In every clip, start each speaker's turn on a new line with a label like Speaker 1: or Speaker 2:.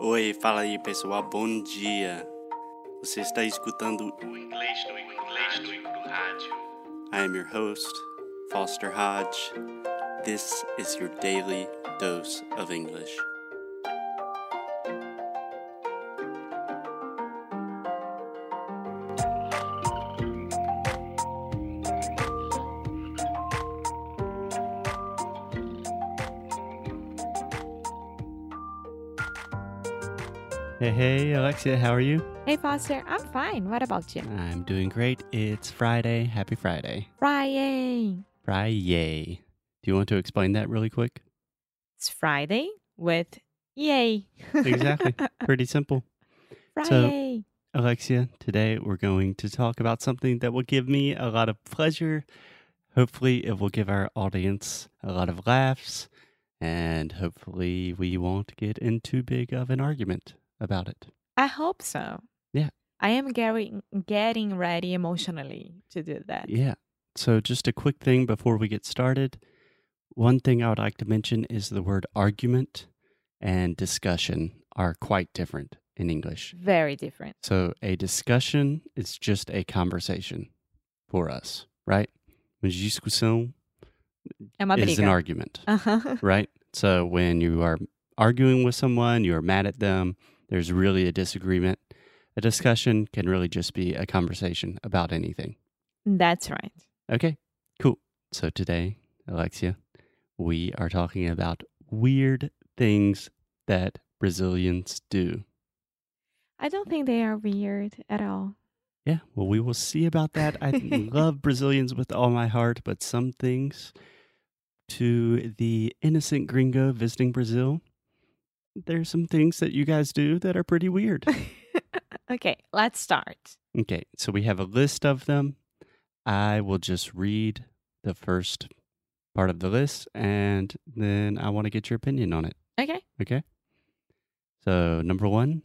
Speaker 1: Oi, fala aí pessoal, bom dia. Você está escutando
Speaker 2: O inglês do inglês do, do rádio.
Speaker 1: I am your host, Foster Hodge. This is your daily dose of English. Hey, hey, Alexia, how are you?
Speaker 3: Hey, Foster, I'm fine. What about you?
Speaker 1: I'm doing great. It's Friday. Happy Friday.
Speaker 3: Friday.
Speaker 1: Friday. Do you want to explain that really quick?
Speaker 3: It's Friday with yay.
Speaker 1: Exactly. Pretty simple.
Speaker 3: Friday.
Speaker 1: Alexia, today we're going to talk about something that will give me a lot of pleasure. Hopefully, it will give our audience a lot of laughs, and hopefully, we won't get in too big of an argument about it.
Speaker 3: I hope so.
Speaker 1: Yeah.
Speaker 3: I am getting getting ready emotionally to do that.
Speaker 1: Yeah. So, just a quick thing before we get started. One thing I would like to mention is the word argument and discussion are quite different in English.
Speaker 3: Very different.
Speaker 1: So, a discussion is just a conversation for us, right? Uma discussão
Speaker 3: É uma
Speaker 1: is an
Speaker 3: briga.
Speaker 1: argument,
Speaker 3: Uh-huh.
Speaker 1: right? So, when you are arguing with someone, you're mad at them, there's really a disagreement. A discussion can really just be a conversation about anything.
Speaker 3: That's right.
Speaker 1: Okay, cool. So today, Alexia, we are talking about weird things that Brazilians do.
Speaker 3: I don't think they are weird at all.
Speaker 1: Yeah, well, we will see about that. I love Brazilians with all my heart, but some things to the innocent gringo visiting Brazil, there's some things that you guys do that are pretty weird.
Speaker 3: okay, let's start.
Speaker 1: Okay, so we have a list of them. I will just read the first part of the list and then I want to get your opinion on it.
Speaker 3: Okay.
Speaker 1: Okay. So, number one,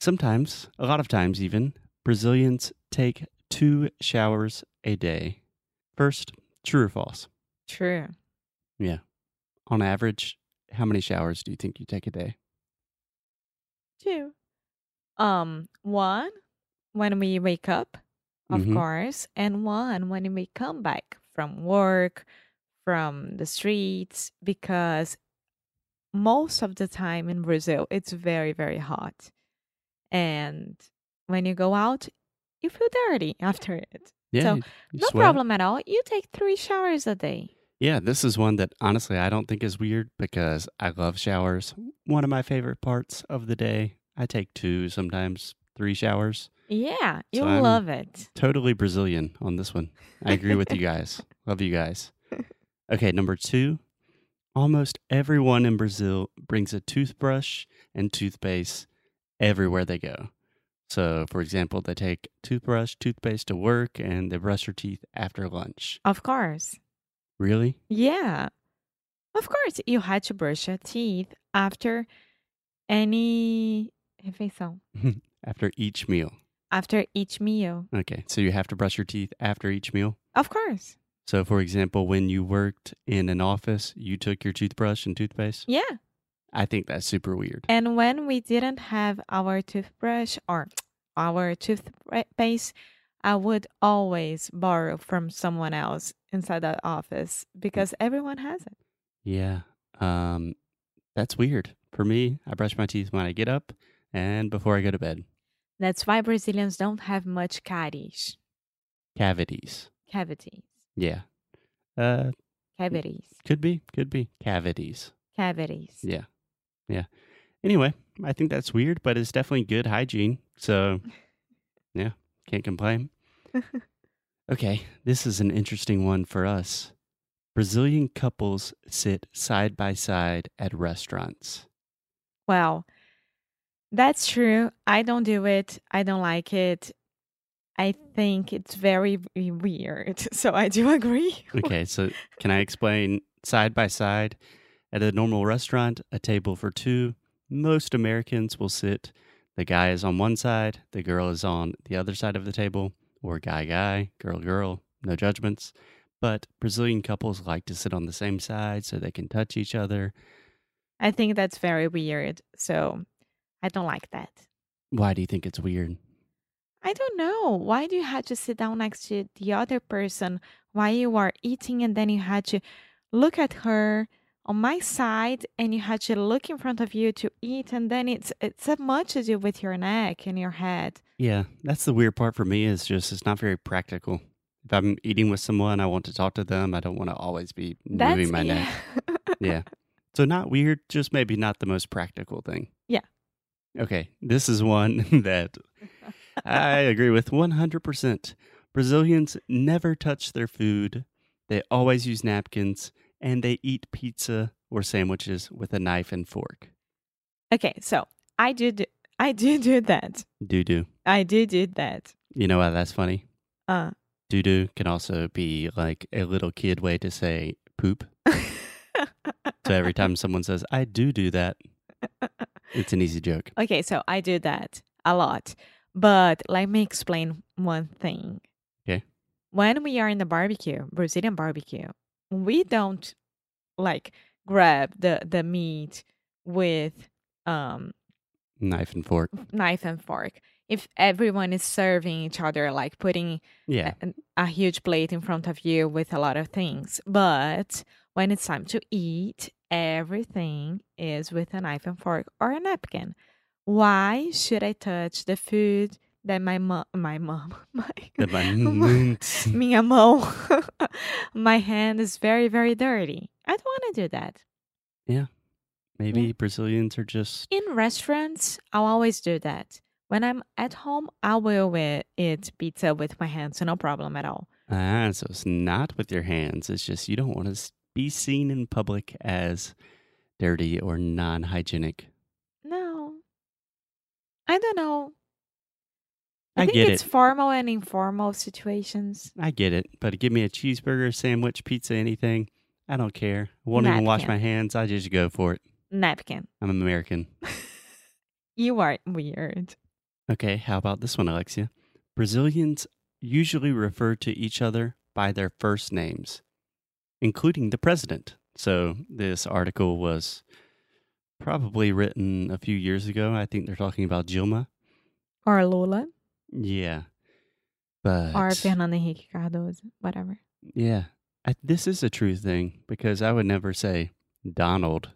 Speaker 1: sometimes, a lot of times even, Brazilians take two showers a day. First, true or false?
Speaker 3: True.
Speaker 1: On average, how many showers do you think you take a day?
Speaker 3: Two. Um, one when we wake up, of
Speaker 1: Mhm.
Speaker 3: course, and one when we come back from work, from the streets, because most of the time in Brazil it's very, very hot. And when you go out, you feel dirty after it.
Speaker 1: Yeah.
Speaker 3: So,
Speaker 1: you- you
Speaker 3: no
Speaker 1: sweat.
Speaker 3: problem at all. You take three showers a day.
Speaker 1: Yeah, this is one that honestly I don't think is weird because I love showers. One of my favorite parts of the day. I take two, sometimes three showers.
Speaker 3: Yeah, you
Speaker 1: So I'm-
Speaker 3: love it.
Speaker 1: Totally Brazilian on this one. I agree with you guys. Love you guys. Okay, number two. Almost everyone in Brazil brings a toothbrush and toothpaste everywhere they go. So, for example, they take toothbrush, toothpaste to work, and they brush their teeth after lunch.
Speaker 3: Of course.
Speaker 1: Really?
Speaker 3: Yeah. Of course, you had to brush your teeth after any refeição,
Speaker 1: After each meal.
Speaker 3: after each meal.
Speaker 1: Okay, so you have to brush your teeth after each meal.
Speaker 3: Of course.
Speaker 1: So, for example, when you worked in an office, you took your toothbrush and toothpaste.
Speaker 3: Yeah.
Speaker 1: I think that's super weird.
Speaker 3: And when we didn't have our toothbrush or our toothpaste, I would always borrow from someone else inside the office because everyone has it.
Speaker 1: Yeah, um, that's weird. For me, I brush my teeth when I get up and before I go to bed.
Speaker 3: That's why Brazilians don't have much caries,
Speaker 1: Cavities.
Speaker 3: cavities,
Speaker 1: Yeah. Uh,
Speaker 3: cavities,
Speaker 1: could be, could be cavities.
Speaker 3: cavities.
Speaker 1: Yeah. Yeah. Anyway, I think that's weird, but it's definitely good hygiene. So, yeah, can't complain. okay, this is an interesting one for us. Brazilian couples sit side by side at restaurants.
Speaker 3: Well, that's true. I don't do it. I don't like it. I think it's very w- weird. So I do agree.
Speaker 1: Okay, so can I explain side by side? At a normal restaurant, a table for two, most Americans will sit. The guy is on one side, the girl is on the other side of the table, or guy, guy, girl, girl, no judgments. But Brazilian couples like to sit on the same side so they can touch each other.
Speaker 3: I think that's very weird. So I don't like that.
Speaker 1: Why do you think it's weird?
Speaker 3: I don't know. Why do you have to sit down next to the other person while you are eating and then you had to look at her on my side and you had to look in front of you to eat and then it's it's so much to do with your neck and your head.
Speaker 1: Yeah, that's the weird part for me is just it's not very practical. If I'm eating with someone, I want to talk to them. I don't want to always be
Speaker 3: That's
Speaker 1: moving my neck. Yeah. So not weird, just maybe not the most practical thing.
Speaker 3: Yeah.
Speaker 1: Okay, this is one that I agree with 100%. Brazilians never touch their food. They always use napkins and they eat pizza or sandwiches with a knife and fork.
Speaker 3: okay, so I do, do I do do that.
Speaker 1: Doo doo.
Speaker 3: I do do that.
Speaker 1: You know why that's funny?
Speaker 3: Uh
Speaker 1: Doo doo can also be like a little kid way to say poop. So every time someone says, I do do that, it's an easy joke.
Speaker 3: Okay, so I do that a lot. But let me explain one thing.
Speaker 1: Okay.
Speaker 3: When we are in the barbecue, Brazilian barbecue, we don't like grab the the meat with um
Speaker 1: Knife and fork.
Speaker 3: knife and fork. If everyone is serving each other, like putting
Speaker 1: Yeah.
Speaker 3: a- a huge plate in front of you with a lot of things. But when it's time to eat, everything is with a knife and fork or a napkin. Why should I touch the food that my mom, my mom, my,
Speaker 1: The
Speaker 3: my
Speaker 1: bun-
Speaker 3: minha mão, my hand is very, very dirty. I don't want to do that.
Speaker 1: Maybe Brazilians are just
Speaker 3: In restaurants, I'll always do that. When I'm at home, I will wi- eat pizza with my hands, no problem at all.
Speaker 1: ah, so it's not with your hands. It's just you don't want to be seen in public as dirty or non-hygienic.
Speaker 3: No. I don't know. I,
Speaker 1: I,
Speaker 3: think
Speaker 1: get
Speaker 3: it's
Speaker 1: it.
Speaker 3: formal and informal situations.
Speaker 1: I get it. But give me a cheeseburger, sandwich, pizza, anything. I don't care. I won't even wash
Speaker 3: Napkin.
Speaker 1: my hands. I just go for it.
Speaker 3: Napkin.
Speaker 1: I'm American.
Speaker 3: You are weird.
Speaker 1: Okay, how about this one, Alexia? Brazilians usually refer to each other by their first names, including the president. So this article was probably written a few years ago. I think they're talking about Dilma.
Speaker 3: Or Lula.
Speaker 1: Yeah. But
Speaker 3: Or Fernando Henrique Cardoso. Whatever.
Speaker 1: yeah, I, this is a true thing because I would never say Donald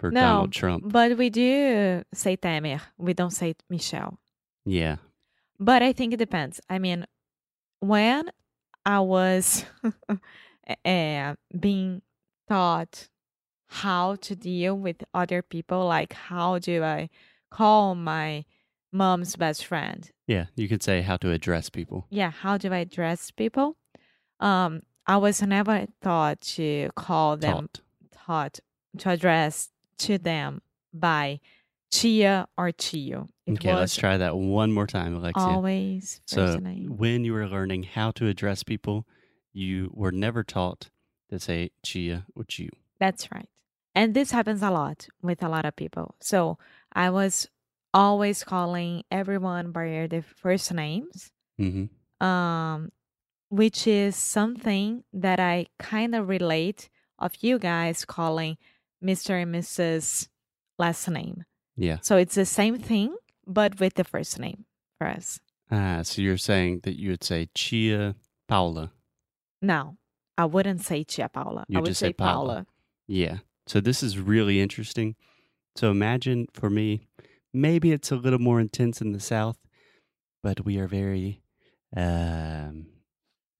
Speaker 1: for
Speaker 3: No,
Speaker 1: Donald Trump.
Speaker 3: But we do say Temer. We don't say Michel.
Speaker 1: Yeah.
Speaker 3: But I think it depends. I mean, when I was uh, being taught how to deal with other people, like how do I call my mom's best friend?
Speaker 1: Yeah. You could say how to address people.
Speaker 3: Yeah, how do I address people? Um, I was never taught to call them
Speaker 1: Taught.
Speaker 3: taught to address to them by Chia or Chio. It
Speaker 1: Okay, let's
Speaker 3: was
Speaker 1: try that one more time, Alexia.
Speaker 3: always
Speaker 1: So
Speaker 3: first name.
Speaker 1: when you were learning how to address people, you were never taught to say chia or chiu.
Speaker 3: That's right. And this happens a lot with a lot of people. So I was always calling everyone by their first names,
Speaker 1: hmm
Speaker 3: um, which is something that I kind of relate of you guys calling Mr. and Mrs. last name.
Speaker 1: Yeah.
Speaker 3: So it's the same thing, but with the first name for us.
Speaker 1: Ah, so you're saying that you would say chia Paula.
Speaker 3: Now, I wouldn't say Tia Paula.
Speaker 1: You
Speaker 3: I would
Speaker 1: just
Speaker 3: say
Speaker 1: say Paula.
Speaker 3: Paula.
Speaker 1: Yeah. So this is really interesting. So imagine for me, maybe it's a little more intense in the South, but we are very um,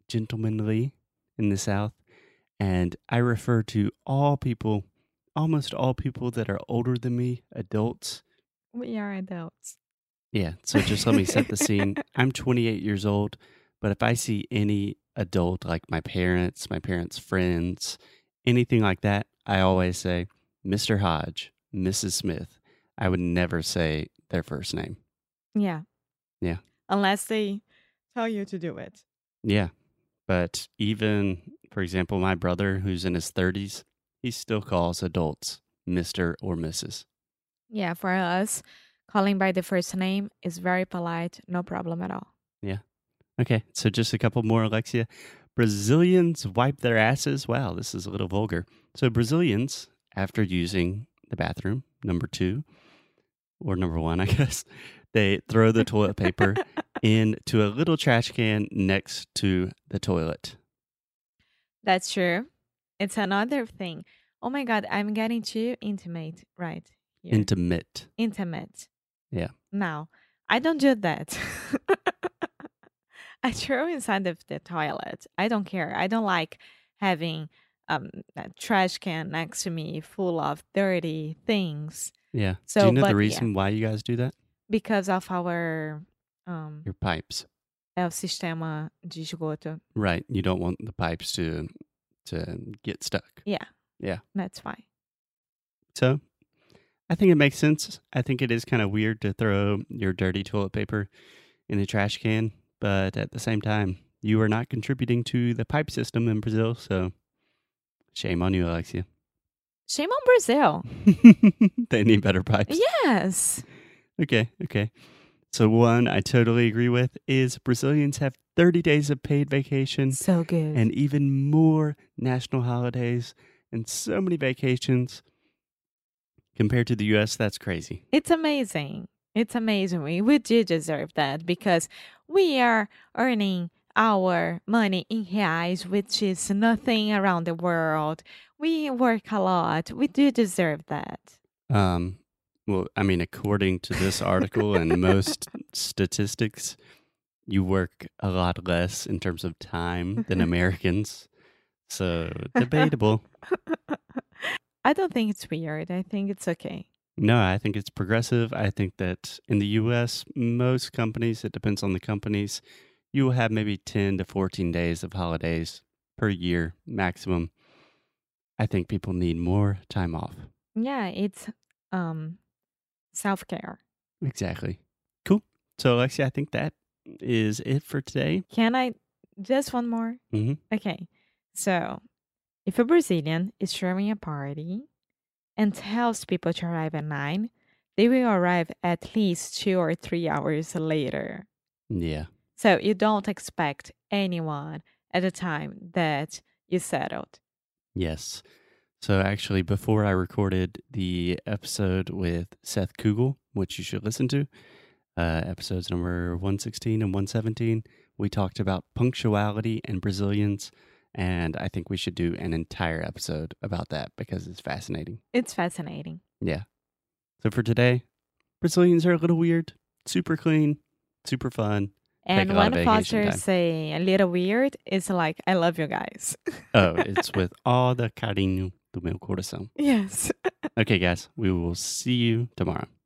Speaker 1: gentlemanly in the South. And I refer to all people, almost all people that are older than me, adults.
Speaker 3: We are adults.
Speaker 1: Yeah. So just let me set the scene. I'm 28 years old, but if I see any adult like my parents, my parents' friends, anything like that, I always say, Mr. Hodge, Mrs. Smith. I would never say their first name.
Speaker 3: Yeah.
Speaker 1: Yeah.
Speaker 3: Unless they tell you to do it.
Speaker 1: Yeah. But even, for example, my brother who's in his 30s, he still calls adults Mr. or Mrs.
Speaker 3: Yeah, for us, calling by the first name is very polite, no problem at all.
Speaker 1: Okay, so just a couple more, Alexia. Brazilians wipe their asses. Wow, this is a little vulgar. So, Brazilians, after using the bathroom, number two, or number one, I guess, they throw the toilet paper into a little trash can next to the toilet.
Speaker 3: That's true. It's another thing. Oh my God, I'm getting too intimate right here.
Speaker 1: Intimate.
Speaker 3: intimate.
Speaker 1: Yeah.
Speaker 3: Now, I don't do that. I throw inside of the toilet. I don't care. I don't like having um, a trash can next to me full of dirty things
Speaker 1: Yeah. do
Speaker 3: So,
Speaker 1: you know
Speaker 3: but
Speaker 1: the
Speaker 3: yeah.
Speaker 1: reason why you guys do that?
Speaker 3: because of our um,
Speaker 1: Your pipes.
Speaker 3: El Sistema de Esgoto.
Speaker 1: Right. You don't want the pipes to to get stuck.
Speaker 3: That's why.
Speaker 1: So I think it makes sense. I think it is kind of weird to throw your dirty toilet paper in a trash can, but at the same time, you are not contributing to the pipe system in Brazil, so shame on you, Alexia.
Speaker 3: Shame on Brazil.
Speaker 1: they need better pipes.
Speaker 3: Yes.
Speaker 1: Okay, okay. So one I totally agree with is Brazilians have 30 days of paid vacation
Speaker 3: So good.
Speaker 1: Mm. and even more national holidays and so many vacations compared to the US, that's crazy.
Speaker 3: It's amazing. It's amazing. We, we do deserve that because we are earning our money in reais, which is nothing around the world. We work a lot. We do deserve that.
Speaker 1: Um, well, I mean, according to this article and most statistics, you work a lot less in terms of time than Americans. So debatable.
Speaker 3: I don't think it's weird. I think it's okay.
Speaker 1: No, I think it's progressive. I think that in the US, most companies, it depends on the companies, you will have maybe 10 to 14 days of holidays per year maximum. I think people need more time off.
Speaker 3: Yeah, it's um self care.
Speaker 1: Exactly. Cool. So, Alexia, I think that is it for today.
Speaker 3: Can I just one more?
Speaker 1: Mhm.
Speaker 3: Okay. So, if a Brazilian is throwing a party and tells people to arrive at nine, they will arrive at least two or three hours later.
Speaker 1: Yeah.
Speaker 3: So, you don't expect anyone at the time that you settled.
Speaker 1: Yes. So actually, before I recorded the episode with Seth Kugel, which you should listen to, uh, episodes number 116 and 117, we talked about punctuality and Brazilians. And I think we should do an entire episode about that because it's fascinating.
Speaker 3: It's fascinating.
Speaker 1: Yeah. So for today, Brazilians are a little weird, super clean, super fun. Take a
Speaker 3: And
Speaker 1: lot of vacation
Speaker 3: when Foster
Speaker 1: time.
Speaker 3: say a little weird, it's like, I love you guys.
Speaker 1: Oh, it's with all the carinho do meu coração.
Speaker 3: yes.
Speaker 1: Okay, guys, we will see you tomorrow.